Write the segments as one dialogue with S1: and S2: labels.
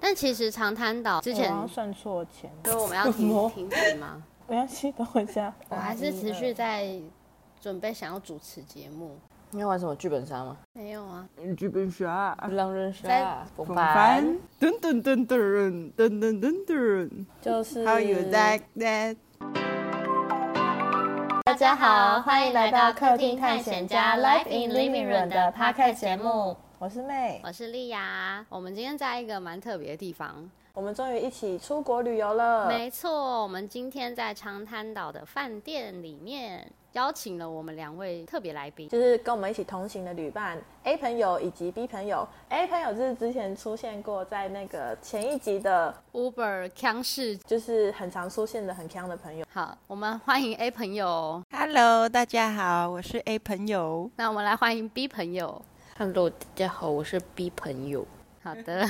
S1: 但其实长滩岛之
S2: 我
S1: 前，
S2: 要算错钱，
S1: 所以我们要
S2: 什
S1: 停
S2: 么
S1: 停止 吗？
S2: 没关系，等我一下。
S1: 我还是持续在准备想要主持节目。
S3: 你要玩什么剧本杀吗？
S1: 没有啊，
S4: 剧本杀，
S3: 狼人杀
S5: 啊
S1: 在、
S3: 风
S4: 风帆，噔噔噔噔噔噔噔噔
S3: 就是
S4: ，How you like that？
S1: 大家好欢迎来到客厅探险家 Life in Living Room 的 podcast 节目。
S2: 我是妹，
S1: 我是丽雅。我们今天在一个蛮特别的地方，
S3: 我们终于一起出国旅游了。
S1: 没错，我们今天在长滩岛的饭店里面邀请了我们两位特别来宾。
S3: 就是跟我们一起同行的旅伴 A 朋友以及 B 朋友。A 朋友就是之前出现过在那个前一集的，
S1: Uber 强势，
S3: 就是很常出现的很强的朋友。
S1: 好，我们欢迎 A 朋友，
S4: Hello，大家好，我是 A 朋友。
S1: 那我们来欢迎 B 朋友。
S5: Hello，大家好，我是 B 朋 友。
S1: 好的，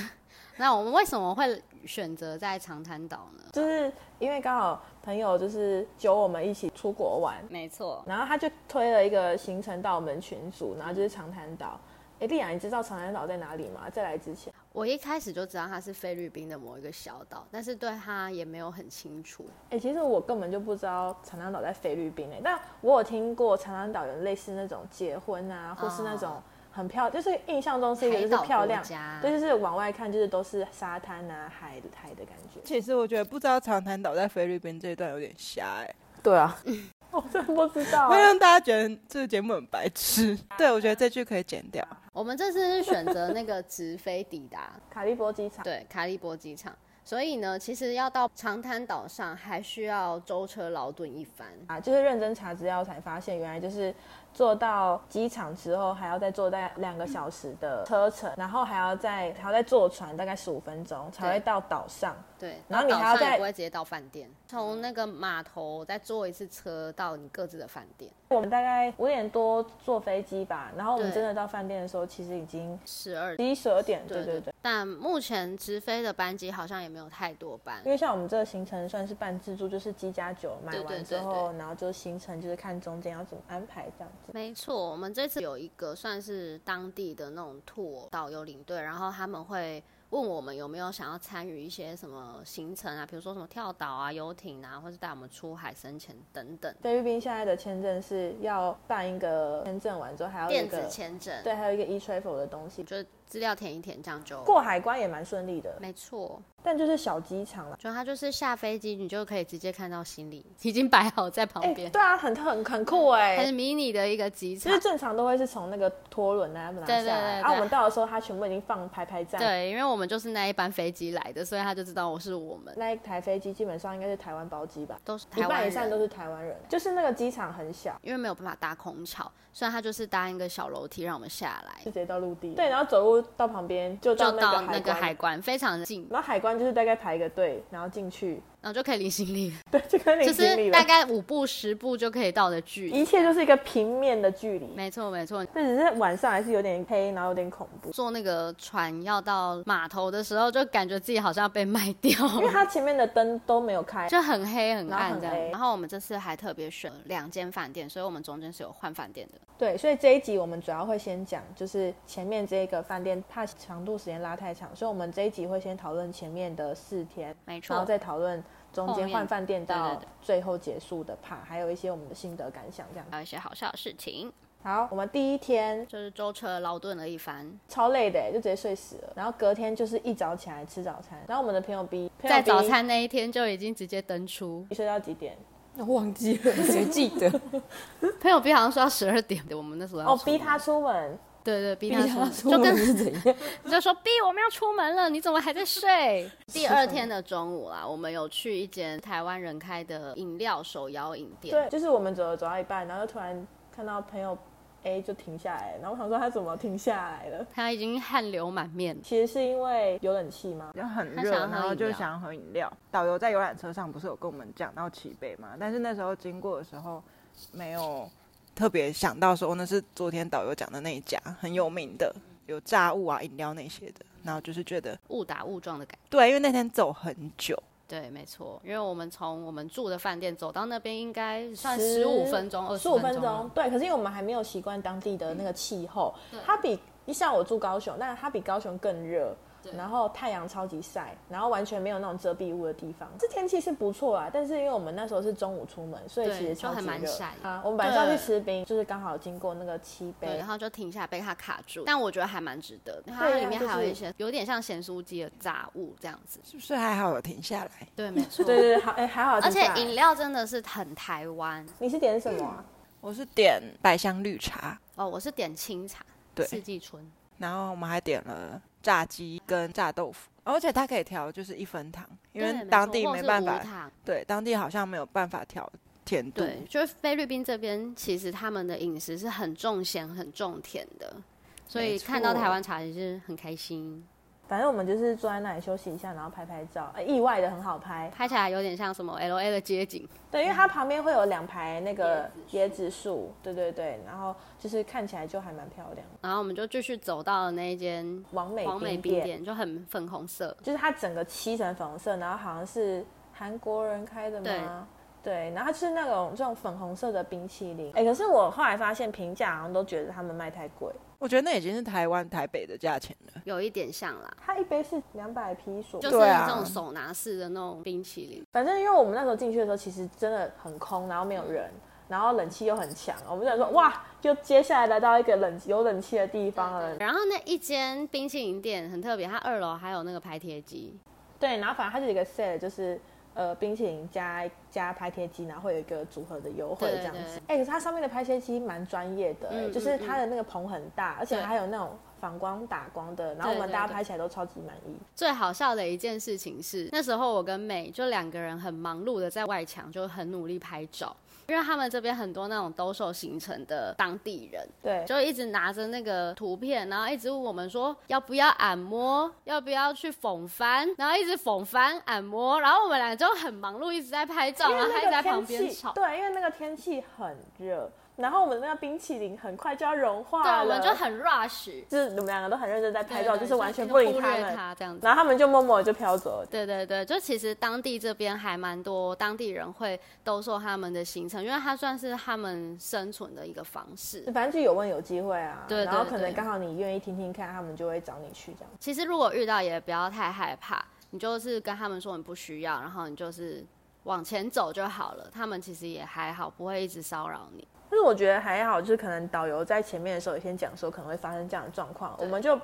S1: 那我们为什么会选择在长滩岛呢？
S3: 就是因为刚好朋友就是揪我们一起出国玩，
S1: 没错，
S3: 然后他就推了一个行程到我们群组，然后就是长滩岛。哎，丽雅，你知道长滩岛在哪里吗？在来之前，
S1: 我一开始就知道它是菲律宾的某一个小岛，但是对它也没有很清楚。
S3: 哎，其实我根本就不知道长滩岛在菲律宾诶、欸但我有听过长滩岛有类似那种结婚啊，或是那种很漂就是印象中是一个就是漂亮
S1: 哦海岛国家，
S3: 对，就是往外看就是都是沙滩啊、海海的感觉。
S4: 其实我觉得不知道长滩岛在菲律宾这一段有点瞎哎、
S3: 对啊， 我真的不知道
S4: 会
S3: 欸、
S4: 让大家觉得这个节目很白痴。对，我觉得这句可以剪掉。
S1: 我们这次是选择那个直飞抵达，
S3: 卡利波机场，
S1: 对，卡利波机场。所以呢，其实要到长滩岛上，还需要舟车劳顿一番。
S3: 啊，就是认真查资料才发现，原来就是坐到机场之后，还要再坐大概两个小时的车程，然后还要再还要再坐船大概十五分钟才会
S1: 对
S3: 到岛上。
S1: 对，
S3: 然后
S1: 到
S3: 你
S1: 岛
S3: 还要
S1: 上也
S3: 再
S1: 不会直接到饭店，从那个码头再坐一次车到你各自的饭店，
S3: 我们大概五点多坐飞机吧，然后我们
S1: 对
S3: 真的到饭店的时候，其实已经
S1: 十二。
S3: 十一十二点。对
S1: 对
S3: 对
S1: 对
S3: 对
S1: 对，，但目前直飞的班机好像也没有太多班
S3: 因。为像我们这个行程算是半自助，就是机加酒买
S1: 对对
S3: 完
S1: 对
S3: 之后，然后就行程就是看中间要怎么安排这样子。
S1: 没错，我们这次有一个算是当地的那种 tour 导游领队，然后他们会问我们有没有想要参与一些什么行程啊，比如说什么跳岛啊、游艇啊，或是带我们出海深潜等等。
S3: 菲律宾现在的签证是要办一个签证完之后，还要一
S1: 电
S3: 个
S1: 子签证，
S3: 对，还有一个 e travel 的东西，
S1: 就是资料填一填，这样就
S3: 过海关也蛮顺利的，
S1: 没错，
S3: 但就是小机场啦。
S1: 就它就是下飞机，你就可以直接看到行李，已经摆好在旁
S3: 哎、
S1: 边，嗯
S3: 对啊，很很很酷哎、
S1: 它是迷你的一个机
S3: 就
S1: 场
S3: 是。正常都会是从那个拖轮啊拿下来，
S1: 对对对对
S3: 啊，我们到的时候它全部已经放排排站。，
S1: 对，因为我们就是那一班飞机来的，所以他就知道我是我们，
S3: 那一台飞机基本上应该是台湾包机吧，
S1: 都是
S3: 一
S1: 台湾
S3: 半以
S1: 人。
S3: 上都是台湾人，就是那个机场很小，
S1: 因为没有办法搭空桥，所以他就是搭一个小楼梯让我们下来，
S3: 就直接到陆地。对，然后走路到旁边就
S1: 就
S3: 到那
S1: 到
S3: 个
S1: 那
S3: 海
S1: 个
S3: 关，
S1: 海关，非常近，
S3: 然后海关就是大概排一个队，然后进去，
S1: 然后就可以领行李了，
S3: 对，就跟
S1: 就
S3: 领行
S1: 是
S3: 李
S1: 大
S3: 了，
S1: 概五步十步就可以到的距离。
S3: 一切就是一个平面的距离。
S1: 没错没错，
S3: 但只是晚上还是有点黑，然后有点恐怖。
S1: 坐那个船要到码头的时候，就感觉自己好像要被卖掉，
S3: 因为它前面的灯都没有开，
S1: 就很黑很
S3: 然后
S1: 暗
S3: 很
S1: 这样
S3: 黑。
S1: 然后我们这次还特别选了两间饭店，所以我们中间是有换饭店的。
S3: 对，所以这一集我们主要会先讲，就是前面这个饭店怕长度时间拉太长，所以我们这一集会先讨论前面的四天，
S1: 没错
S3: 然后再讨论中
S1: 后
S3: 间
S1: 面
S3: 换饭店
S1: 对
S3: 到
S1: 对对
S3: 最后结束的怕，还有一些我们的心得感想这样。
S1: 还有一些好笑的事情，
S3: 好，我们第一天
S1: 就是舟车劳顿了一番，
S3: 超累的，就直接睡死了，然后隔天就是一早起来吃早餐，然后我们的朋友 B 朋友
S1: 在
S3: B
S1: 早餐那一天就已经直接登出。
S3: 睡到几点？
S5: 忘记了，谁记得？
S1: 朋友 B 好像说要十二点，我们那时候要
S3: 哦，
S1: 出
S3: 逼
S1: 门
S3: 他出门，
S1: 对对，逼他出门，就
S5: 就跟
S1: 跟
S5: 是怎样？
S1: 你就说 B，我们要出门了，你怎么还在睡？第二天的中午啊，我们有去一间台湾人开的饮料手摇饮店，
S3: 对，就是我们走了走到一半，然后就突然看到朋友 A 就停下来，然后我想说他怎么停下来了？
S1: 他已经汗流满面了。
S3: 其实是因为有冷气吗？
S4: 就很
S1: 他
S4: 热，
S1: 想要喝
S4: 然后
S1: 饮
S4: 就
S1: 料
S4: 想喝饮料。导游在游览车上不是有跟我们讲到齐备嘛？但是那时候经过的时候，没有特别想到说哦那是昨天导游讲的那一家很有名的，有炸物啊、饮料那些的。然后就是觉得，
S1: 误打误撞的感觉。
S4: 对，啊因为那天走很久，
S1: 对，没错，因为我们从我们住的饭店走到那边应该算呃十五分钟、二
S3: 十
S1: 十
S3: 五分
S1: 钟啊
S3: 钟
S1: 了。，
S3: 对。可是因为我们还没
S1: 嗯
S3: 有习惯当地的那个气候，它比像我住高雄，但它比高雄更热。然后太阳超级晒，然后完全没有那种遮蔽物的地方。这天气是不错啊，但是因为我们那时候是中午出门，所以
S1: 对
S3: 其实超
S1: 就还
S3: 级
S1: 蛮
S3: 热
S1: 晒的
S3: 啊。我们本来是要
S1: 对
S3: 去吃冰，就是刚好经过那个七
S1: 对，
S3: 杯
S1: 然，后就停下来被它卡住，但我觉得还蛮值得的，因为它
S3: 对啊
S1: 里面还有
S3: 就是
S1: 一些有点像咸酥鸡的杂物这样子。
S4: 是不是还好有停下来？
S1: 对，没错。
S3: 对对对，好哎还好
S1: 而
S3: 停
S1: 且
S3: 下来。
S1: 饮料真的是很台湾
S3: 你是点什么啊？
S4: 我是点百香绿茶，
S1: 哦，我是点清茶，
S4: 对
S1: 四季春。
S4: 然后我们还点了炸鸡跟炸豆腐，而且它可以调就是一分糖，因
S1: 对
S4: 为当地
S1: 错或
S4: 没
S1: 是
S4: 办
S1: 无
S4: 法，
S1: 糖
S4: 对当地好像没有办法调甜度。
S1: 对，就是菲律宾这边其实他们的饮食是很重咸、很重甜的，所以
S4: 没错
S1: 看到台湾茶也是很开心，
S3: 反正我们就是坐在那里休息一下，然后拍拍照，哎意外的很好拍。
S1: 拍起来有点像什么 L A 的街景。
S3: 对，因为它旁边会有两排那个椰子树，对对对，然后就是看起来就还蛮漂亮的。
S1: 然后我们就继续走到了那一间
S3: 王美
S1: 黄美
S3: 冰
S1: 冰店，就很粉红色。
S3: 就是它整个漆成粉红色，然后好像是韩国人开的吗？对，然后它就是那种这种粉红色的冰淇淋。哎，可是我后来发现评价好像都觉得他们卖太贵，
S4: 我觉得那已经是台湾台北的价钱了。
S1: 有一点像啦，
S3: 它一杯是两百披索，
S1: 就是
S4: 对啊
S1: 这种手拿式的那种冰淇淋。
S3: 反正因为我们那时候进去的时候，其实真的很空，然后没有人，然后冷气又很强，我们就想说哇，就接下来来到一个冷有冷气的地方了。
S1: 然后那一间冰淇淋店很特别，它二楼还有那个拍贴机，
S3: 对，然后反正它就是一个 set，就是呃冰淇淋加加拍贴机，然后会有一个组合的优惠
S1: 对
S3: 这样
S1: 对
S3: 子。哎、可是它上面的拍贴机蛮专业的、哎
S1: 嗯
S3: 就是
S1: 嗯
S3: 它的那个棚很大，而且
S1: 对
S3: 还有那种反光打光的，然后我
S1: 对
S3: 们
S1: 对
S3: 大家
S1: 对
S3: 拍起来都超级满意。
S1: 最好笑的一件事情是，那时候我跟美就两个人很忙碌的在外墙，就很努力拍照，因为他们这边很多那种兜售行程的当地人，
S3: 对，
S1: 就一直拿着那个图片，然后一直问我们说要不要按摩，要不要去缝翻，然后一直缝翻按摩，然后我们俩就很忙碌，一直在拍照，
S3: 因
S1: 然
S3: 为
S1: 后还一
S3: 那
S1: 直
S3: 个
S1: 在旁
S3: 天
S1: 边
S3: 气
S1: 吵，。
S3: 对，因为那个天气很热，然后我们那个冰淇淋很快就要融化
S1: 对，
S3: 了，
S1: 我们就很 rush
S3: 就是我们两个都很认真在拍照，
S1: 对对
S3: 就是完全
S1: 就
S3: 不理
S1: 忽
S3: 他
S1: 略
S3: 们，
S1: 他这样子。
S3: 然后他们就默默地就飘走了。
S1: 对对对，就其实当地这边还蛮多当地人会兜售他们的行程，因为它算是他们生存的一个方式。
S3: 反正就有问有机会啊，
S1: 对对
S3: 然后可
S1: 对
S3: 能刚好你愿意听听看，他们就会找你去这样。
S1: 其实如果遇到也不要太害怕，你就是跟他们说你不需要，然后你就是往前走就好了。他们其实也还好，不会一直骚扰你。
S3: 但是我觉得还好，就是可能导游在前面的时候也先讲说可能会发生这样的状况，我们就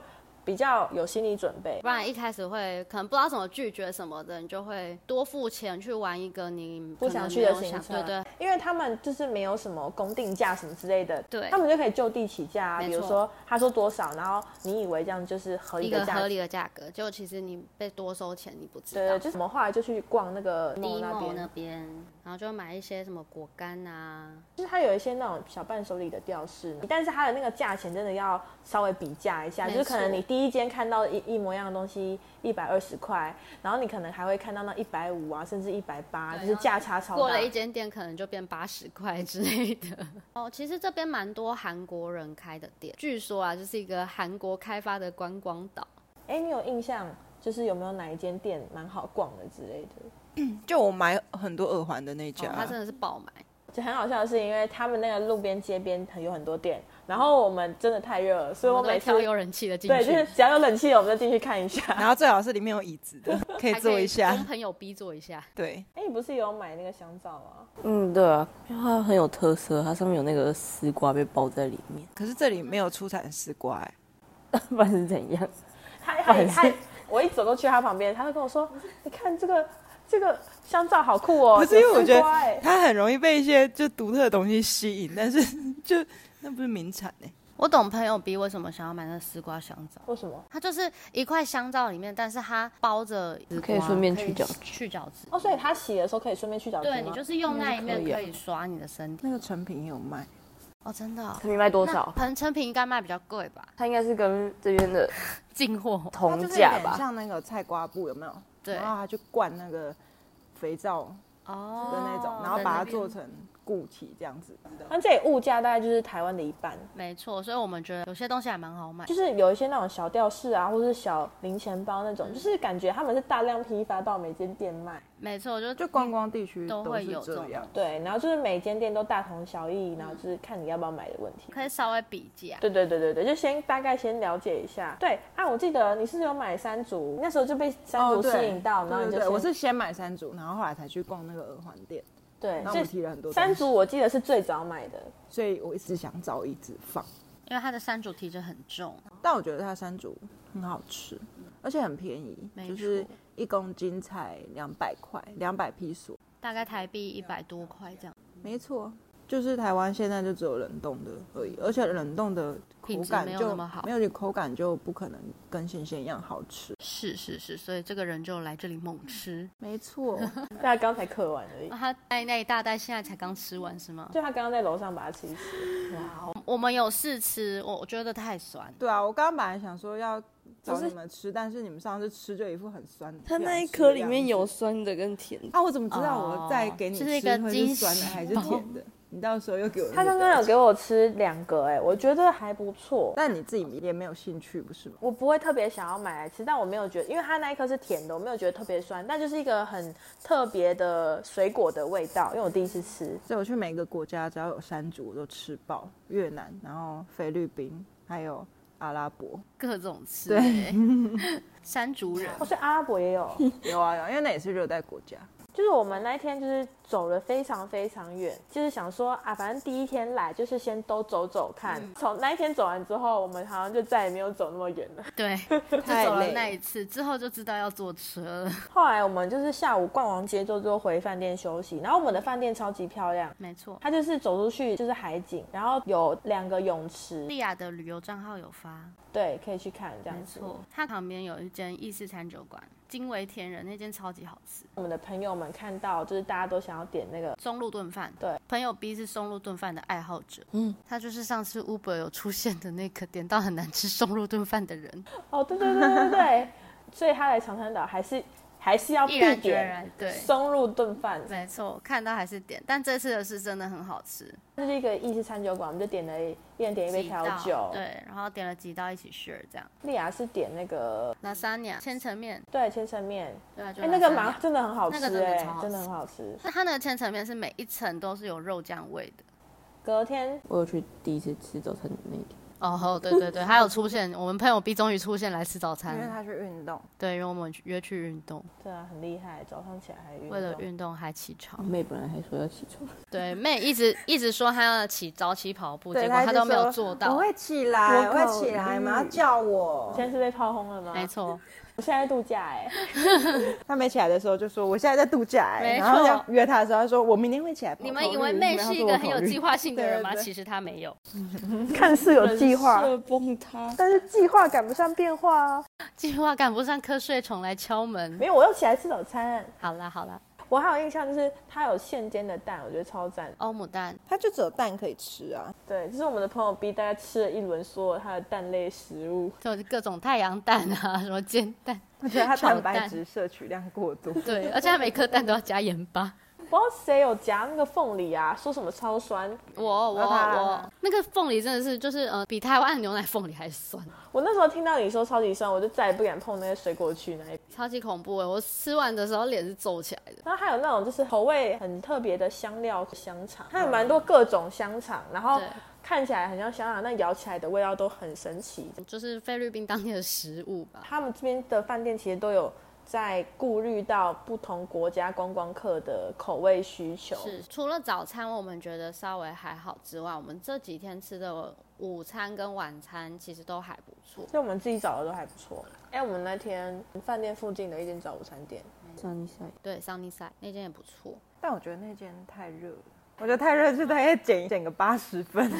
S3: 比较有心理准备
S1: 不。然一开始会可能不知道怎么拒绝什么的，你就会多付钱去玩一个你
S3: 不
S1: 可能没
S3: 想去的
S1: 有
S3: 行
S1: 想
S3: 程，
S1: 对对，
S3: 因为他们就是没有什么公定价什么之类的，
S1: 对
S3: 他们就可以就地起价、啊，
S1: 没
S3: 比如
S1: 错
S3: 说他说多少，然后你以为这样就是合
S1: 一
S3: 理
S1: 个
S3: 的价
S1: 合
S3: 格，
S1: 理的价格，结果其实你被多收钱，你不知道。
S3: 对对，就是我们后来就去逛那个
S1: d
S3: 那
S1: m
S3: 边，
S1: 那边，然后就买一些什么果干啊，
S3: 就是它有一些那种小伴手礼的吊饰，但是它的那个价钱真的要稍微比价一下，
S1: 没
S3: 就
S1: 错
S3: 是可能你第一间看到一一模一样的东西一百二十块，然后你可能还会看到那一百五啊，甚至一百八，就是价差超大。
S1: 过了一间店可能就变八十块之类的。哦，其实这边蛮多韩国人开的店，据说啊，就是一个韩国开发的观光岛。哦
S3: 哎，你有印象就是有没有哪一间店蛮好逛的之类的？
S4: 就我买很多耳环的那家，
S1: 哦，它真的是爆买，
S3: 就很好笑的是，因为他们那个路边街边很有很多店，然后我们真的太热了，所以
S1: 我
S3: 我
S1: 们
S3: 每
S1: 都
S3: 次
S1: 挑有人气的进
S3: 对，就是
S1: 去，
S3: 只要有冷气了，我们就进去看一下。
S4: 然后最好是里面有椅子的，哦可以
S1: 还
S4: 坐
S1: 可
S4: 一
S1: 以
S4: 下
S1: 跟。朋友逼坐一下。
S4: 对，
S3: 哎，你不是有买那个香皂吗？
S5: 嗯，对啊，因为它很有特色，它上面有那个丝瓜被包在里面，
S4: 可是这里没有出产丝瓜、欸，
S5: 不然是怎样？
S3: 他
S5: 不好
S3: 他
S5: 意思
S3: 他，我一走过去他旁边，他就跟我说：“你看这个这个香皂好酷哦。”
S4: 不是因为我
S3: 有
S4: 觉得
S3: 丝瓜欸
S4: 它很容易被一些就独特的东西吸引，但是 就那不是名产哎、
S1: 我懂朋友逼为什么想要买那丝瓜香皂，
S3: 为什么？
S1: 它就是一块香皂里面，但是它包着丝瓜
S5: 可以顺便去角质
S1: 去角质。
S3: 哦，所以他洗的时候可以顺便去角质吗
S1: 对你就是用那一面
S5: 可以啊
S1: 可以刷你的身体
S4: 那个成品也有卖，
S1: 哦，真的哦、
S5: 它明卖多
S1: 那
S5: 少？
S1: 成成品应该卖比较贵吧？
S5: 它应该是跟这边的
S1: 进货
S4: 它
S5: 同
S4: 就是有
S5: 价
S4: 点
S5: 吧？
S4: 像那个菜瓜布有没有？
S1: 对
S4: 然后它就灌那个肥皂的
S1: 哦
S4: 那种，然后把它做成固体这样子。
S3: 那这里物价大概就是台湾的一半，
S1: 没错，所以我们觉得有些东西还蛮好买
S3: 就。是有一些那种小吊饰啊，或是小零钱包那
S1: 嗯
S3: 种，就是感觉他们是大量批发到每间店卖。
S1: 没错，就
S4: 就观光地区
S1: 都会
S4: 是
S1: 有这
S4: 这
S1: 种
S4: 样，
S3: 对，然后就是每间店都大同小异，然后就是看你要不要买的问题。
S1: 嗯可以稍微比价。
S3: 对对对对对，就先大概先了解一下。对啊，我记得你是有买山竹，那时候就被山竹吸引到，然后
S4: 哦对
S3: 你就
S4: 对对，
S3: 先
S4: 我是先买山竹，然后后来才去逛那个耳环店，
S3: 对，
S4: 然后我提了很多东西
S3: 山竹，我记得是最早买的，
S4: 所以我一直想找椅子放。
S1: 因为它的山竹提着很重，
S4: 但我觉得它山竹很好吃，而且很便宜，
S1: 没
S4: 就是
S1: 错
S4: 一公斤才两百块，两百披索，
S1: 大概台币一百多块这样，
S4: 没错。就是台湾现在就只有冷冻的而已，而且冷冻的口
S1: 品质
S4: 感
S1: 没有
S4: 就
S1: 那么好
S4: 没有你口感就不可能跟新鲜一样好吃。
S1: 是是是，所以这个人就来这里猛吃。
S4: 没错，
S3: 大家刚才嗑完而已
S1: 那。他那那一大袋现在才刚吃完是吗？
S3: 就他刚刚在楼上把它吃一吃，哇哦！
S1: 我们有试吃，我我觉得太酸。
S4: 对啊，我刚刚本来想说要找
S5: 不是
S4: 你们吃，但是你们上次吃就一副很酸的样子。
S5: 它那一颗里面有酸的跟甜的，
S4: 啊，我怎么知道我在给你
S1: 哦这
S4: 吃
S1: 是一个
S4: 会
S1: 惊
S4: 是酸的
S1: 喜
S4: 还是甜的？你到时候又给我那个。
S3: 他刚刚有给我吃两个、哎，我觉得还不错。
S4: 但你自己也没有兴趣，不是吗？
S3: 我不会特别想要买来吃，但我没有觉得，因为它那一颗是甜的，我没有觉得特别酸，但就是一个很特别的水果的味道，因为我第一次吃。
S4: 所以我去每个国家，只要有山竹我都吃爆，越南，然后菲律宾，还有阿拉伯。
S1: 各种吃、
S4: 对
S1: 对， 山竹人
S3: 哦，所以阿拉伯也 有，
S4: 有啊有啊，因为那也是热带国家。
S3: 就是我们那一天就是走了非常非常远，就是想说啊，反正第一天来就是先都走走看。从那一天走完之后，我们好像就再也没有走那么远了。
S1: 对，就走
S4: 太
S1: 了
S4: 累
S1: 那一次之后就知道要坐车了。
S3: 后来我们就是下午逛完街之后，就回饭店休息。然后我们的饭店超级漂亮，
S1: 没错，
S3: 它就是走出去就是海景，然后有两个泳池，
S1: 莉亚的旅游账号有发，
S3: 对，可以去看这样
S1: 没
S3: 子。
S1: 错，它旁边有一间意式餐酒馆，惊为天人，那间超级好吃，
S3: 我们的朋友们看到，就是大家都想要点那个，
S1: 松露炖饭。
S3: 对，
S1: 朋友 B 是松露炖饭的爱好者，嗯
S5: 嗯，
S1: 他就是上次 Uber 有出现的那个点到很难吃松露炖饭的人，
S3: 哦，对对对对对， 所以他来长滩岛还是还是要
S1: 毅
S3: 必
S1: 然决然对
S3: 点，松露炖饭，
S1: 没错，看到还是点，但这次的是真的很好吃，
S3: 这是一个意式餐酒馆，我们就点了一一人点一杯
S1: 几
S3: 调
S1: 道
S3: 酒，，
S1: 对，然后点了几道一起 share 这样，
S3: 丽雅是点那个
S1: 拉萨尼亚千层面，
S3: 对千层面，
S1: 对啊，就
S3: 哎、那个
S1: lasagna
S3: 蛮真的很好吃
S1: 那个真的
S3: 哎、
S1: 超好吃
S3: 真的很好吃。
S1: 那它那个千层面是每一层都是有肉酱味的。
S3: 隔天
S5: 我有去第一次吃早餐的那一天。
S1: 哦，对对对，还有出现，我们朋友 B 终于出现来吃早
S4: 因为
S1: 餐，
S4: 他去运动，
S1: 对，因为我们约去运动，
S3: 对啊，很厉害，早上起来还运动
S1: 为了运动还起床
S5: 我。妹本来还说要起床，
S1: 对，妹一直一直说她要起早起跑步，结
S4: 对
S1: 果她
S4: 就
S1: 都没有
S4: 说
S1: 做到
S4: 我。会起来，我
S5: 我
S4: 会
S5: 靠
S4: 起来，
S5: 嗯
S4: 马上叫我
S3: 现。在是被炮轰了吗？
S1: 没， 错，
S3: 我现在在度假哎、
S4: 他没起来的时候就说我现在在度假、
S1: 没
S4: 欸，
S1: 错
S4: 然后要约他的时候，他说我明天会起来。
S1: 你
S4: 我
S1: 们
S4: 考
S1: 以为
S4: 虑
S1: 妹
S4: 没
S1: 是
S4: 他
S1: 一
S4: 说
S1: 个
S4: 我
S1: 很
S4: 考
S1: 有
S4: 虑
S1: 计划性的人吗？
S4: 对对
S1: 其实她没有，
S3: 看似有计划，
S5: 射崩塌。
S3: 但是计划赶不上变化啊。
S1: 计划赶不上瞌睡虫来敲门。
S3: 没有，我又起来吃早餐。
S1: 好啦好啦，
S3: 我还有印象就是它有现煎的蛋，我觉得超赞。
S1: 欧姆蛋，
S4: 他就只有蛋可以吃啊。
S3: 对，就是我们的朋友 B 大概吃了一轮所有它的蛋类食物，
S1: 就是各种太阳蛋啊，什么煎蛋，
S4: 我觉得他
S1: 炒
S4: 蛋白
S1: 蛋
S4: 质摄取量过多。
S1: 对，而且她每颗蛋都要加盐巴。
S3: 不知道谁有夹那个凤梨啊，说什么超酸。
S1: 我我
S4: 它
S1: 我那个凤梨真的是就是呃，比台湾的牛奶凤梨还酸，
S3: 我那时候听到你说超级酸，我就再也不敢碰那些水果区那一边。
S1: 超级恐怖哎！我吃完的时候脸是皱起来的。
S3: 然后还有那种就是口味很特别的香料香肠，它有蛮多各种香肠，然
S1: 嗯
S3: 后
S1: 对
S3: 看起来很像香肠，但咬起来的味道都很神奇。
S1: 就是菲律宾当地的食物吧，
S3: 他们这边的饭店其实都有在顾虑到不同国家观光客的口味需求。
S1: 是除了早餐我们觉得稍微还好之外，我们这几天吃的午餐跟晚餐其实都还不错。
S3: 所以我们自己找的都还不错。哎、我们那天饭店附近的一间早午餐店，
S5: 上一下，
S1: 对，桑尼赛那间也不错，
S4: 但我觉得那间太热了，我觉得太热就大概减减个八十分。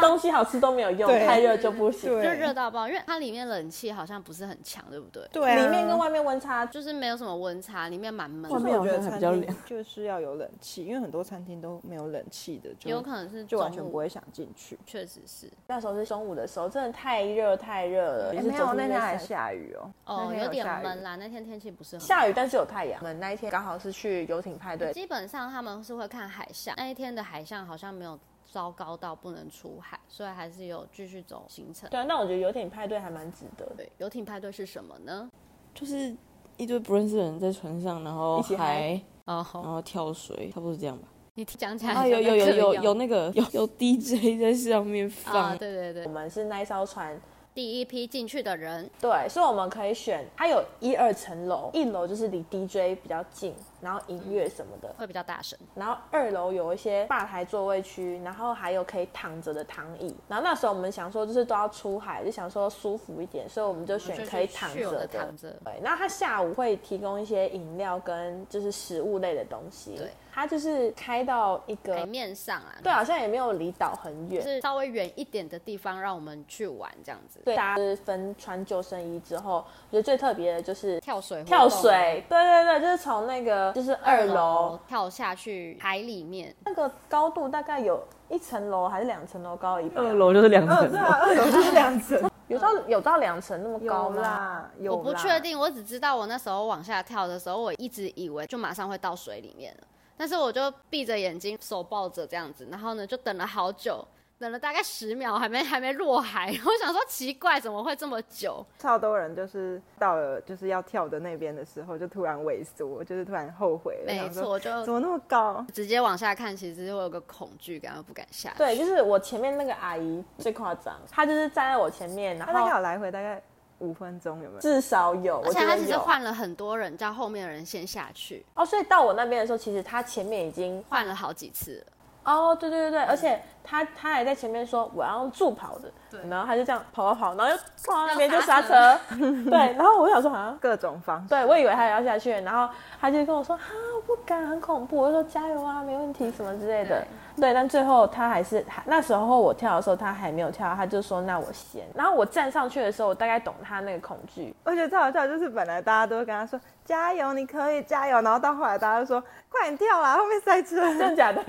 S3: 东西好吃都没有用，
S4: 对
S3: 太热就不行。
S1: 就
S4: 对
S1: 热到爆，因为它里面冷气好像不是很强，对不对？
S4: 对啊
S3: 里面跟外面温差
S1: 就是没有什么温差，里面蛮闷
S5: 外
S1: 的，
S5: 面好像还比较凉，
S4: 就是要有冷气，因为很多餐厅都没有冷气的，就
S1: 有可能是
S4: 就完全
S1: 中午
S4: 不会想进去。
S1: 确实是
S3: 那时候是中午的时候，真的太热太热了。
S4: 哎
S3: 也是走出去在晒
S4: 下雨哦，
S1: 哦，有点
S4: 下雨
S1: 闷啦。那天天气不是很好
S3: 下雨，但是有太阳。我们那一天刚好是去游艇派对，
S1: 基本上他们是会看海海象，那一天的海象好像没有糟糕到不能出海，所以还是有继续走行程。
S3: 对啊，那我觉得游艇派对还蛮值得的。
S1: 对，游艇派对是什么呢？
S5: 就是一堆不认识的人在船上，然后
S3: 一起嗨
S5: 嗨，
S1: 哦，
S5: 然后跳水，差不多是这样吧。
S1: 你讲起来
S5: 啊，
S1: 像
S5: 有有有
S1: 在嗑
S5: 有
S1: 药
S5: 有那个有有 DJ 在上面
S1: 啊，
S5: 放，
S1: 对对对
S3: 我，们是那一艘船，
S1: 第一批进去的人，
S3: 对，所以我们可以选，它有一二层楼，一楼就是离 DJ 比较近，然后音乐什么的，
S1: 会比较大声。
S3: 然后二楼有一些吧台座位区，然后还有可以躺着的躺椅。然后那时候我们想说，就是都要出海，就想说舒服一点，所以我们就选可以躺着
S1: 我
S3: 的。
S1: 们就去躺着
S3: 对，那他下午会提供一些饮料跟就是食物类的东西。
S1: 对，
S3: 他就是开到一
S1: 海
S3: 个，
S1: 面上啊，
S3: 对，，好像也没有离岛很远
S1: 就。是稍微远一点的地方让我们去玩这样子。，
S3: 对，大家就是分穿救生衣之后，我觉得最特别的就是
S1: 跳水活动
S3: 跳水。对对对，就是从那个就是二楼
S1: 跳下去海里面，
S3: 那个高度大概有一层楼还是两层楼高一半。
S5: 二楼哦就是两层
S4: 对
S5: 楼。
S4: 啊， 二楼就是两层，
S3: 有到有到两层那么高吗？，
S4: 有
S1: 我不
S4: 啦
S1: 确。定，我只知道我那时候往下跳的时候，我一直以为就马上会到水里面了，但是我就闭着眼睛，手抱着这样子，然后呢就等了好久。等了大概十秒，还没还没落海， 我想说奇怪，怎么会这么久？
S4: 超多人就是到了就是要跳的那边的时候，就突然萎缩，就是突然后悔了，
S1: 没
S4: 想
S1: 错，
S4: 说
S1: 我就
S4: 怎么那么高？
S1: 直接往下看，其实我有个恐惧感，我不敢下。
S3: 对，就是我前面那个阿姨最夸张，她就是站在我前面，然
S4: 他大概
S3: 后
S4: 有来回大概五分钟，有没有？
S3: 至少有，
S1: 而
S3: 我
S1: 且
S3: 觉
S1: 他
S3: 得
S1: 其实
S3: 有。
S1: 换了很多人，叫后面的人先下去，
S3: 哦，所以到我那边的时候，其实她前面已经
S1: 换了好几次了。
S3: 哦，对对对对，而且她她还在前面说我要助跑的，对，然后她就这样跑跑跑，然后又撞到那边就刹车，对，然后我想说啊好像。
S4: 各种方式。
S3: 对，我以为她也要下去，然后她就跟我说：“啊，我不敢，很恐怖。”我就说：“加油啊，没问题，什么之类的。”对，但最后她还是还那时候我跳的时候，她还没有跳，她就说：“那我先。”然后我站上去的时候，我大概懂她那个恐惧，
S4: 我觉得最好笑就是本来大家都会跟他说加油，你可以加油，然后到后来大家都说快点跳啦，后面塞车。
S3: 真的假的？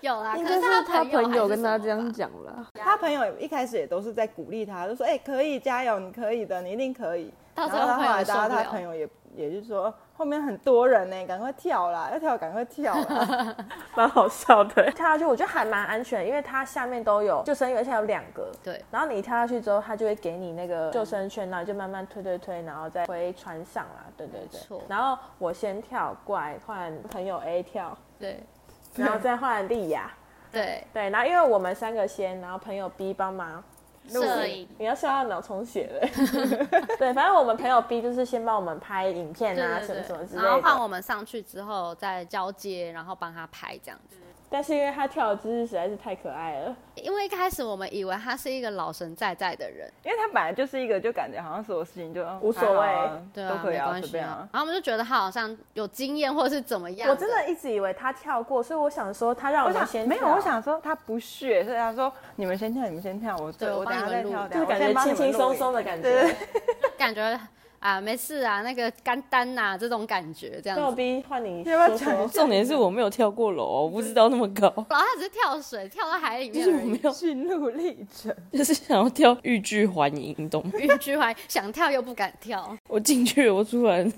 S1: 有啦，
S5: 应
S1: 可
S5: 该是他
S1: 他
S5: 朋友
S1: 友
S5: 跟他这
S1: 还
S5: 样
S1: 是什么吧，
S5: 讲啦，
S4: 他朋友一开始也都是在鼓励他，就说哎、可以加油，你可以的，你一定可以。
S1: 到
S4: 然
S1: 最
S4: 后
S1: 后
S4: 到后
S1: 朋友
S4: 来
S1: 受
S4: 大家
S1: 不
S4: 他朋
S1: 了。
S4: 友也也就是说哦后面很多人呢、赶快跳啦，要跳赶快跳啦。
S3: 蛮好笑的。跳下去我觉得还蛮安全，因为它下面都有救生员，而且还有两个。
S1: 对，
S3: 然后你跳下去之后，它就会给你那个救生圈，然后你就慢慢推推推，然后再回船上啦。对对
S1: 没错
S3: 对。然后我先跳，过来换朋友 A 跳，
S1: 对
S3: 然后再换丽雅。
S1: 对，
S3: 对，然后因为我们三个先，然后朋友 B 帮忙。
S1: 摄影
S3: 你要笑到脑充血了。对，反正我们朋友 B 就是先帮我们拍影片
S1: 对
S3: 啊，
S1: 对
S3: 什么什么
S1: 对
S3: 之，类
S1: 然后
S3: 的。
S1: 换我们上去之后再交接，然后帮他拍这样子。
S3: 但是因为他跳的姿势实在是太可爱了，
S1: 因为一开始我们以为他是一个老神在在的人，
S4: 因为他本来就是一个就感觉好像所有事情 就
S3: 无所谓
S4: 还好啊
S1: 对
S4: 都
S1: 啊，
S4: 可以
S1: 没
S4: 啊，
S1: 关
S4: 随
S1: 系
S4: 便
S1: 啊
S4: 啊。。
S1: 然后我们就觉得他好像有经验或是怎么样。
S3: 我真的一直以为他跳过，所以我想说他让我
S4: 我
S3: 们
S4: 想
S3: 先
S4: 没有，
S3: 跳
S4: 我想说他不屑，所以他说你们先跳，你们先跳，我
S1: 对我
S4: 我等
S1: 帮
S4: 下
S1: 你
S4: 再
S1: 们
S4: 跳，
S1: 录
S4: 等下
S3: 就
S4: 我
S3: 感
S4: 先
S3: 觉
S4: 帮你
S3: 轻轻
S4: 们录
S3: 松
S4: 影
S3: 松的感
S4: 对对
S3: 觉
S4: 对。
S1: 感觉啊，没事啊，那个干单呐、这种感觉这样
S3: 那我
S1: 子。
S3: 逼换你
S4: 要不要
S3: 说
S4: 讲一
S3: 说，
S4: 下
S5: 重点是我没有跳过楼哦，我不知道那么 高，
S1: 然后他只是跳水，跳到海里
S5: 就
S1: 面
S5: 是
S1: 而
S5: 我没
S1: 已。
S5: 有，
S4: 心路历程。
S5: 就是想要跳欲拒还迎，你懂吗？
S1: 晕居怀想跳又不敢跳，
S5: 我进去，我出来，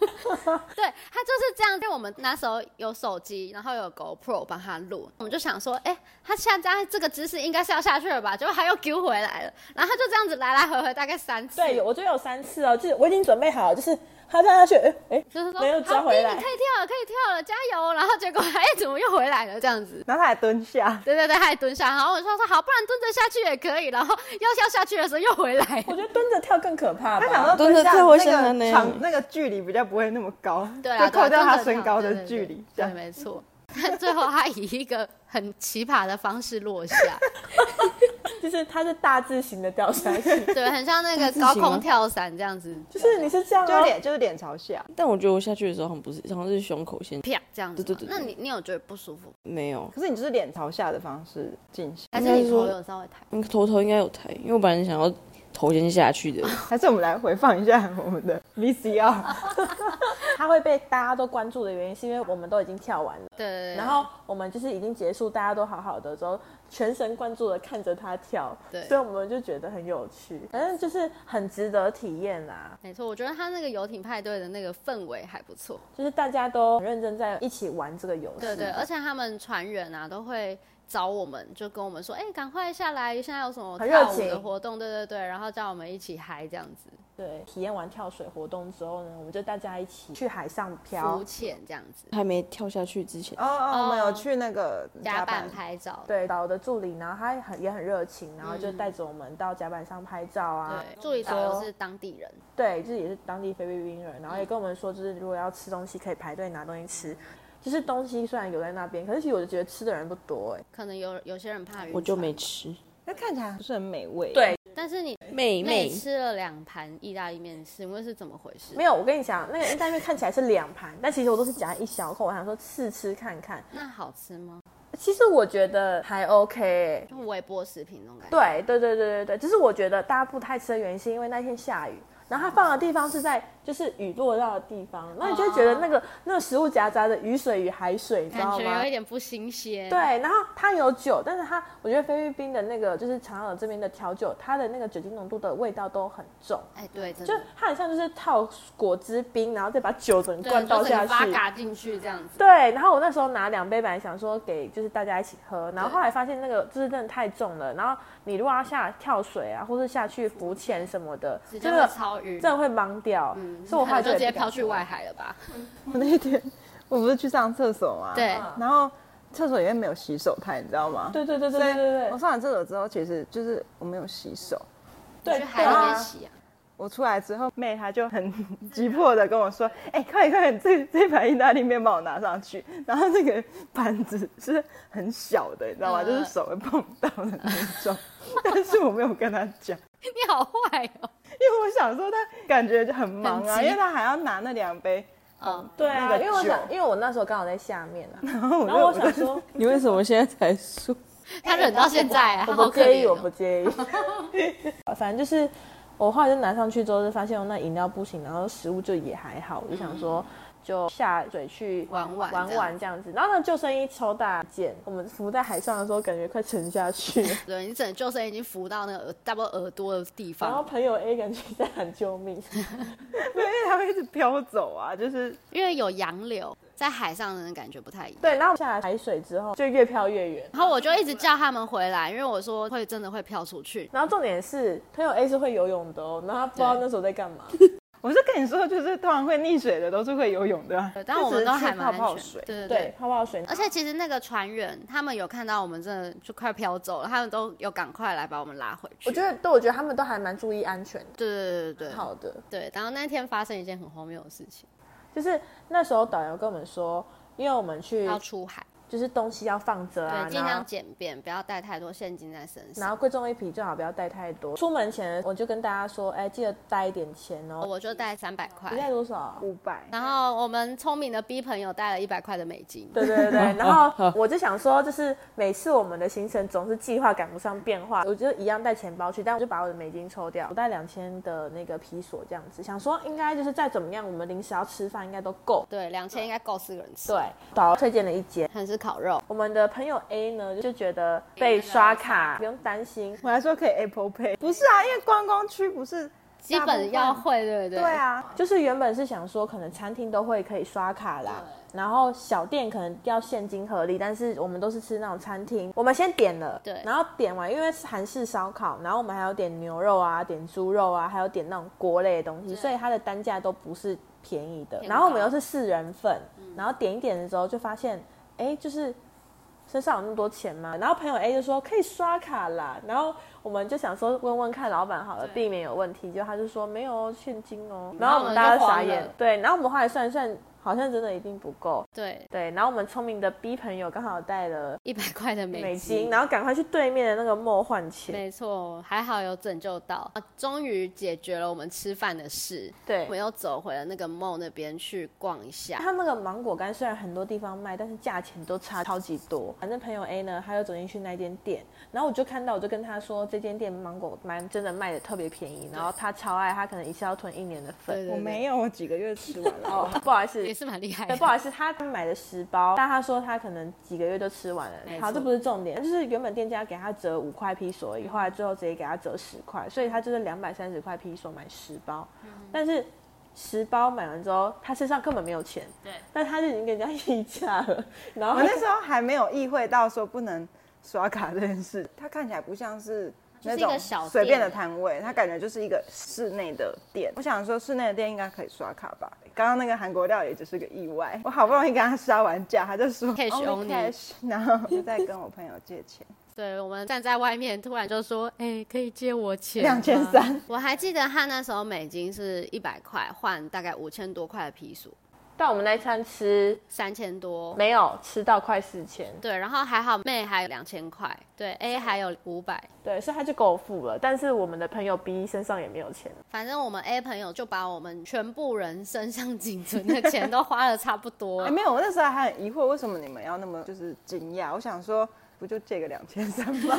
S1: 对他就是这样。因为我们那时候有手机，然后有 GoPro 帮他录，我们就想说，哎、他现在这个姿势应该是要下去了吧？结果他又丢回来了，然后他就这样子来来回回大概三次，
S3: 对，有我觉得有三次哦，就是我已经准备好了，就是他跳下去，哎、哎
S1: 就是说
S3: 没有抓
S1: 好
S3: 回来
S1: 弟你可以跳了，可以跳了，加油！然后结果哎、怎么又回来了？这样子。
S4: 然后他还蹲下，
S1: 对对对，他还蹲下，然后我说说好，不然蹲着下去也可以，然后要要下去的时候又回来
S3: 我觉得蹲着跳更可怕吧。
S4: 他想说蹲
S5: 蹲
S4: 下
S5: 着跳会
S4: 那
S5: 像他
S4: 个
S5: 那样
S4: 长那个距离比较不会那么高，
S1: 对啊，
S4: 就扣掉
S1: 对啊
S4: 他
S1: 真
S4: 身高的
S1: 对
S4: 距
S1: 对
S4: 离，
S1: 对，
S4: 这样
S1: 没错。但最后他以一个很奇葩的方式落下，
S3: 就是他是大字型的掉下去，
S1: 对，很像那个
S5: 自
S1: 高
S5: 行
S1: 空
S5: 吗
S1: 跳伞这样子，
S3: 就是你是这样、
S4: 就是
S3: 哦，
S4: 脸就是脸朝下。
S5: 但我觉得我下去的时候好像不是，好像是胸口先，
S1: 啪这样子嘛。
S5: 对对对对
S1: 那你你有觉得不舒服？
S5: 没有，
S4: 可是你就是脸朝下的方式进行，
S1: 还是
S5: 应该
S1: 你头
S5: 说
S1: 有稍微抬？
S5: 嗯头头应该有抬，因为我本来想要 头先下去的，
S4: 还是我们来回放一下我们的 VCR，
S3: 它会被大家都关注的原因，是因为我们都已经跳完了，
S1: 对对对，
S3: 然后我们就是已经结束，大家都好好的之后，全神贯注的看着他跳，
S1: 对
S3: 所以我们就觉得很有趣，反正就是很值得体验啊啦、
S1: 没错，我觉得他那个游艇派对的那个氛围还不错。
S3: 就是大家都很认真在一起玩这个游戏，
S1: 对对，而且他们船员啊都会找我们，就跟我们说，哎、赶快下来，现在有什么
S3: 很热
S1: 跳舞的
S3: 情
S1: 活动？对对对，然后叫我们一起嗨这样子，
S3: 对体验完跳水活动之后呢，我们就大家一起去海上漂
S1: 浮，潜这样子，
S5: 还没跳下去之前，
S4: 哦哦，我们
S1: 哦
S4: 有去那个
S1: 甲板
S4: 板
S1: 拍照。
S3: 对，导游的助理，然后他也很也很热情，然后就带着我们到甲板上拍照啊，
S1: 嗯对，助理导游是当地人，
S3: 对，就是也是当地菲律宾人，
S1: 嗯
S3: 然后也跟我们说，就是如果要吃东西可以排队拿东西吃，就是东西虽然有在那边，可是其实我就觉得吃的人不多哎、
S1: 可能有有些人怕晕船，
S5: 我就没吃。
S4: 那看起来不是很美味。
S3: 对，
S1: 但是你累
S5: 妹妹，
S1: 吃了两盘意大利面，请问是怎么回事？
S3: 没有，我跟你讲，那个意大利面看起来是两盘，但其实我都是夹一小口，我想说试吃看看。
S1: 那好吃吗？
S3: 其实我觉得还 OK 哎、
S1: 就微波食品那种感觉。
S3: 对对对对对对，就是我觉得大家不太吃的原因是因为那天下雨，然后它放的地方是在就是雨落到的地方，那你就会觉得那个、那个食物夹杂着雨水与海水，你知
S1: 感
S3: 道
S1: 觉
S3: 吗
S1: 有一？点不新鲜。
S3: 对，，然后它有酒，但是它我觉得菲律宾的那个就是长岛这边的调酒，它的那个酒精浓度的味道都很重，
S1: 哎，对，真
S3: 就
S1: 的，
S3: 它很像就是套果汁冰，然后再把酒整
S1: 对
S3: 个灌
S1: 就
S3: 倒
S1: 整个
S3: 下
S1: 发
S3: 去。
S1: 嘎进去这样子。
S3: 对，然后我那时候拿两杯，本来想说给就是大家一起喝，然后后来发现那个就是真的太重了。然后你如果要下跳水啊，或是下去浮潜什么的，
S1: 直
S3: 这
S1: 接会
S3: 个
S1: 超晕，
S3: 真的会盲掉。
S1: 嗯
S3: 所以我
S1: 可
S3: 后来
S1: 能就直
S3: 也
S1: 接
S3: 不敢
S1: 飘去外海了吧？
S4: 我那天我不是去上厕所
S3: 啊
S4: 嘛，
S1: 对
S4: 然后厕所里面没有洗手台，你知道吗？
S3: 对。对对对
S4: 所以
S3: 对对
S4: 我
S3: 对
S4: 上完厕所之后，其实就是我没有洗手。
S1: 去海里面洗啊。
S4: 我出来之后，妹她就很 急迫的跟我说：“ 哎、快点快点，这这盘意大利面帮我拿上去。” 然后那个盘子是很小的，你知道吗？
S1: 嗯
S4: 就是手会碰到的那种。 但是我没有跟她讲，
S1: 你好坏哦！
S4: 因为我想说她感觉就很忙
S1: 很
S4: 啊，
S1: 急
S4: 因为她还要拿那两杯。
S1: 嗯，
S3: 对啊
S4: 那！个
S3: 因为我
S4: 酒
S3: 想，因为我那时候刚好在下面啊，
S4: 然 后我就
S3: 然后我想说，
S5: 你为什么现在才说？
S1: 他忍到现在，他
S3: 我
S1: 好
S3: 不
S1: 可
S3: 介意，
S1: 怜
S3: 我
S1: 哦。
S3: 不介意。 反正就是我后来就拿上去之后，就发现我那饮料不行，然后食物就也还好，我就想说。就下水去
S1: 嗯玩玩
S3: 玩玩这样子，然后那救生衣超大件，我们浮在海上的时候感觉快沉下去 了，
S1: 对你整个救生已经浮到那个耳差不多耳朵的地
S3: 然后
S1: 方，
S3: 朋友 A 感觉在喊救命，
S4: 对，因为它会一直飘走啊，就是
S1: 因为有洋流，在海上的人感觉不太一样。
S3: 对，然后下来海水之后就越飘越远，
S1: 然后我就一直叫他们回来，因为我说会真的会飘出去。
S3: 然后重点是朋友 A 是会游泳的哦，然后他不知道
S1: 对
S3: 那时候在干嘛，
S4: 我是跟你说，就是通常会溺水的都是会游泳的啊、
S1: 对，但我们都还蛮
S4: 就只是
S1: 安
S4: 去泡泡
S1: 全
S4: 水
S1: 的。对对
S3: 对
S1: 对，。
S3: 泡泡水，
S1: 而且其实那个船员他们有看到我们真的就快飘走了，他们都有赶快来把我们拉回去。
S3: 我觉得对，我觉得他们都还蛮注意安全的，
S1: 对对对对对
S3: 好的。
S1: 对。然后那天发生一件很荒谬的事情，
S3: 就是那时候导游跟我们说，因为我们去
S1: 要出海，
S3: 就是东西要放着啊
S1: 对，，尽
S3: 嗯然
S1: 量
S3: 后
S1: 简便，不要带太多现金在身
S3: 然
S1: 上。
S3: 后贵重一匹最好不要带太多。出门前我就跟大家说，哎，记得带一点钱哦。
S1: 我就带三百块
S3: 你，带多少？啊
S4: 五百，
S1: 然后我们聪明的 B 朋友带了一百块的美金。
S3: 对对对对，然后我就想说，就是每次我们的行程总是计划赶不上变化，我就一样带钱包去，但我就把我的美金抽掉，我带两千的那个皮索这样子，想说应该就是再怎么样，我们临时要吃饭应该都够。
S1: 对，两千应该够四个人吃。
S3: 对，，导游推荐了一间，
S1: 很是烤肉，
S3: 我们的朋友 A 呢就觉得被刷卡不用担心，
S4: 我还说可以 Apple Pay，不是啊，因为观光区不是
S1: 基本要会，对不对？
S4: 对。啊，
S3: 就是原本是想说，可能餐厅都会可以刷卡啦，然后小店可能要现金合力，但是我们都是吃那种餐厅，我们先点了，
S1: 对
S3: 然后点完，因为是韩式烧烤，然后我们还有点牛肉啊，点猪肉啊，还有点那种锅类的东西，所以它的单价都不是便宜嗯的。
S1: 偏高
S3: 然后我们又是四人份，然后点一点的时候就发现，哎，就是身上有那么多钱吗？然后朋友 A 就说可以刷卡啦，然后我们就想说问问看老板好了，避免有问题。就他就说没有哦现金哦，然后我们大家
S1: 就慌
S3: 傻眼
S1: 了，
S3: 对，然后我们后来算一算，好像真的一定不够。
S1: 对，
S3: 对，然后我们聪明的 B 朋友刚好带了
S1: 一百块的美
S3: 美
S1: 金
S3: 金，，然后赶快去对面的那个梦换钱。
S1: 没错，还好有拯救到，啊终于解决了我们吃饭的事。
S3: 对
S1: 我，们又走回了那个梦那边去逛一下。
S4: 啊
S3: 他那个芒果干虽然很多地方卖，但是价钱都差超级多。反正朋友 A 呢，他又走进去那间店，然后我就看到，我就跟他说，这间店芒果蛮真的卖的特别便宜，然后他超爱，他可能一次要囤一年的
S1: 对
S3: 份。
S1: 对
S4: 我
S1: 对，
S4: 没有，我几个月吃完了。
S3: 哦，不好意思，
S1: 也是蛮厉害的
S3: 对，。不好意思，他买了十包，但他说他可能几个月就吃完了
S1: 没。错
S3: 好，这不是重点，就是原本店家给他折五块披索而已，后来最后直接给他折十块，所以他就是两百三十块披索买十包，但是。十包买完之后，他身上根本没有钱，
S1: 对，
S3: 但他就已经跟人家 议价了，然后
S4: 我那时候还没有意会到说不能刷卡这件事，它看起来不像是
S1: 就是
S4: 那
S1: 一个
S4: 种
S1: 小店
S4: 随便的摊位，它感觉就是一个室内的店。我想说室内的店应该可以刷卡吧。刚刚那个韩国料理只是个意外，我好不容易跟他杀完价，他就说
S1: Cash
S4: "Only
S1: only
S4: cash"，然后我就在跟我朋友借钱，
S1: 对我们站在外面，突然就说：“哎、可以借我钱
S4: 两千
S1: 吗。
S4: 三。”
S1: 我还记得他那时候美金是一百块换大概五千多块的皮索，
S3: 但我们那一餐吃
S1: 三千多。
S3: 没有吃到快四千，
S1: 对，然后还好妹还有两千块，对 A 还有五百，
S3: 对，所以他就够付了。但是我们的朋友 B 身上也没有钱，
S1: 反正我们 A 朋友就把我们全部人身上 仅存的钱都花了差不多
S4: 哎、。没有，我那时候还很疑惑，为什么你们要那么就是惊讶？我想说，不就借个两千三 吗？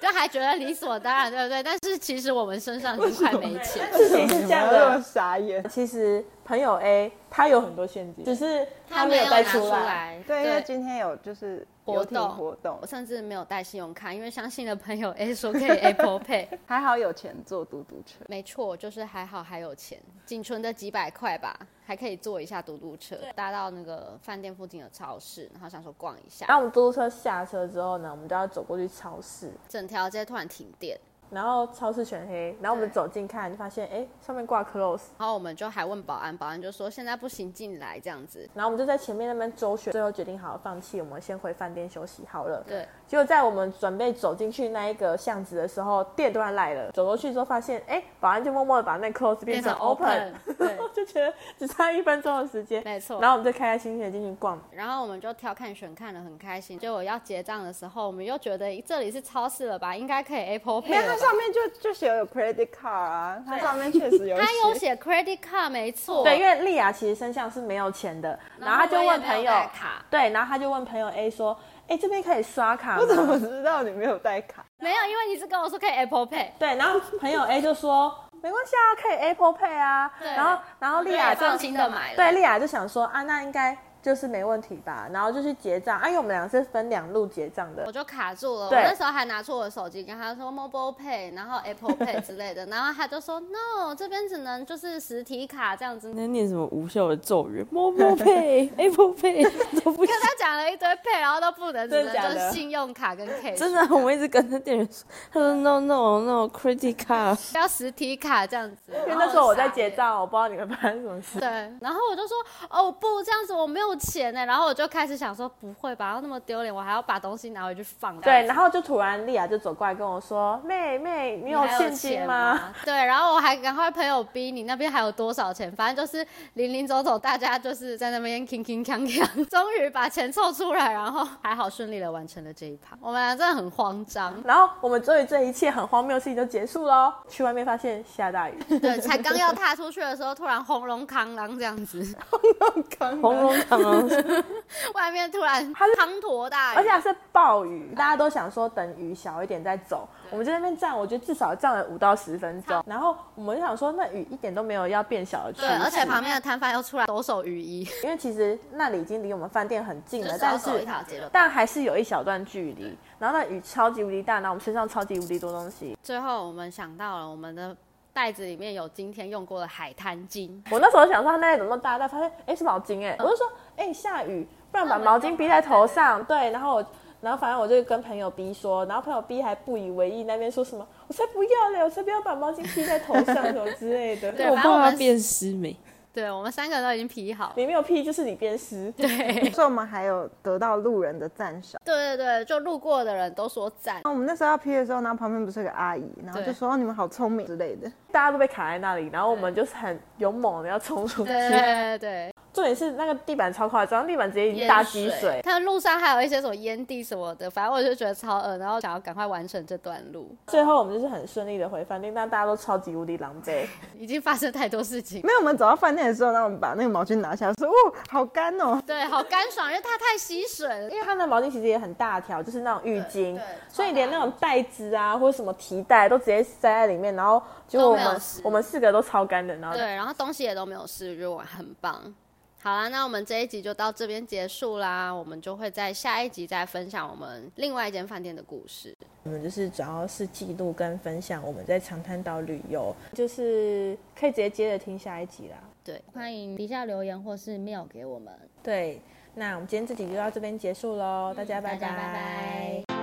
S1: 就还觉得理所当然，对不对？但是其实我们身上已经快没钱，
S3: 事情是这样
S4: 你们那
S3: 的
S4: 么。傻眼。
S3: 其实朋友 A 他有很多现金，只是他没有带
S1: 拿
S3: 出来。
S1: 来。
S4: 对，因为今天有就是
S1: 活
S4: 游艇
S1: 动
S4: 活动
S1: 我，甚至没有带信用卡，因为相信的朋友 A 说可以 Apple Pay，
S4: 还好有钱坐嘟嘟车。
S1: 没错，就是还好还有钱，仅存的几百块吧，还可以坐一下嘟嘟车，搭到那个饭店附近的超市，然后想说逛一下
S3: 然，后我们嘟嘟车下车之后呢，我们就要走过去超市，
S1: 整条街突然停电，
S3: 然后超市全黑，然后我们
S1: 对
S3: 走近看，就发现哎上面挂 close，
S1: 然后我们就还问保安，保安就说现在不行进来这样子，
S3: 然后我们就在前面那边周旋，最后决定好放弃，我们先回饭店休息好了。
S1: 对，
S3: 结果在我们准备走进去那一个巷子的时候，店突然来了，走过去之后发现哎保安就默默的把那 close 变成 open，
S1: 对，
S3: 就觉得只差一分钟的时间，
S1: 没错
S3: 然后我们就开开心心的进去逛，
S1: 然后我们就挑看选看的很开心，结果要结账的时候，我们又觉得这里是超市了吧，应该可以 Apple
S4: 没
S1: Pay
S4: 有，它
S1: 了
S4: 上
S1: 吧。
S4: 面就就写有 credit card 啊，它上面确实有
S1: 他有
S4: 写。
S1: 写 credit card 没错，
S3: 对，因为丽雅其实身上是没有钱的，然后她就问
S1: 我也
S3: 朋
S1: 没
S3: 友
S1: 有带卡，
S3: 对，然后她就问朋友 A 说，哎这边可以 刷卡
S4: 我怎
S3: 吗？
S4: 么知道你没有带卡？
S1: 没有，因为你是跟我说可以 Apple Pay，
S3: 对，然后朋友 A 就说没关系啊，可以 Apple Pay 啊。
S1: 对
S3: 然后然后丽
S1: 对
S3: 啊雅就
S1: 放心的买了，
S3: 对，丽雅就想说啊，那应该就是没问题吧，然后就去结账，啊，因为我们俩是分两路结账的
S1: 我，就卡住了。我
S3: 对
S1: 那时候还拿出我的手机跟他说 Mobile Pay，然后 Apple Pay 之类的，然后他就说 No，这边只能就是实体卡这样子。
S3: 嗯
S5: 你在念什么无效的咒语？摸摸 配，Apple Pay 都不
S1: 跟。
S5: 行
S1: 他讲了一堆 Pay，然后都不能，只
S3: 真
S1: 能
S3: 的假的
S1: 就是信用卡跟 K，
S5: 真的啊，我们一直跟那店员说，他说 no no no credit card。
S1: 要实体卡这样子。因
S3: 因为那时候我在结账，我不知道你们发生什么事。
S1: 对，然后我就说哦不，这样子我没有钱呢。然后我就开始想说不会吧，要那么丢脸，我还要把东西拿回去放。
S3: 对，然后就突然丽雅就走过来跟我说：“妹妹，你
S1: 你
S3: 有
S1: 还
S3: 现
S1: 钱
S3: 金吗？？
S1: 对，然后我还赶快朋友逼你那边还有多少钱，反正就是零零总总，大家就是在那边铿铿锵锵， 终于把钱凑出来，然后还好顺利的完成了这一趴。我们俩真的很慌张，
S3: 然后我们终于这一切很荒谬的事情就结束喽。去外面发现下大雨，
S1: 对，才刚要踏出去的时候，突然轰隆康啷这样子，
S5: 红龙堂啊，
S1: 外面突然
S3: 它是
S1: 滂沱大雨，
S3: 而且还是暴雨，大家都想说等雨小一点再走。我们在那边站，我觉得至少站了五到十分钟。然后我们就想说，那雨一点都没有要变小的趋
S1: 对，
S3: 势，
S1: 而且旁边的摊贩又出来抖手雨衣，
S3: 因为其实那里已经离我们饭店很 近了，
S1: 只要
S3: 但
S1: 走一
S3: 是
S1: 条街就
S3: 但还是有一小段距离。然后那雨超级无敌大，然后我们身上超级无敌多东西。
S1: 最后我们想到了我们的袋子里面有今天用过的海滩巾，
S3: 我那时候想说它那里怎么那么大，但发现哎是毛巾
S1: 嗯
S3: 哎，我就说哎下雨，不
S1: 哦
S3: 然把毛巾披在头上。对，然后我。然后反正我就跟朋友 B 说，然后朋友 B 还不以为意，那边说什么“我才不要嘞，我才不要把毛巾披在头上”什么之类的。
S1: 对
S5: 我
S1: 啊反正我
S5: 爸
S1: 们
S5: 爸变失美。
S1: 对我们三个都已经皮好了。
S3: 你没有披就是你变湿。
S4: 所以我们还有得到路人的赞赏。
S1: 对对对，就路过的人都说赞。
S4: 那我们那时候要 P 的时候，然后旁边不是有个阿姨，然后就
S1: 对
S4: 说哦你们好聪明之类的。
S3: 大家都被卡在那里，然后我们就是很勇猛的要冲出去。
S1: 对对对，
S3: 重点是那个地板超夸张，地板直接一大积水。
S1: 它路上还有一些什么烟蒂什么的，反正我就觉得超恶，然后想要赶快完成这段路，
S3: 最后我们就是很顺利的回饭店，但大家都超级无敌狼狈。
S1: 已经发生太多事情。
S4: 没有，我们走到饭店的时候，然后我们把那个毛巾拿下来，说：“哦，好干哦。
S1: 对，好干爽，因为它太吸水了。
S3: 因为它的毛巾其实也很大条，就是那种浴
S1: 对
S3: 巾
S1: 对，
S3: 所以连那种袋子啊或者什么提袋都直接塞在里面，然后结果
S1: 都
S3: 我
S1: 没有
S3: 们
S1: 湿
S3: 我们四个都超干的，然后
S1: 对，然后东西也都没有湿，我觉得我很棒。好啦，那我们这一集就到这边结束啦，我们就会在下一集再分享我们另外一间饭店的故事。
S3: 我们就是主要是记录跟分享我们在长滩岛旅游，就是可以直接接着听下一集啦。
S1: 对，欢迎底下留言或是 mail 给我们。
S3: 对，那我们今天这集就到这边结束喽，大家
S1: 嗯大
S3: 拜
S1: 家拜拜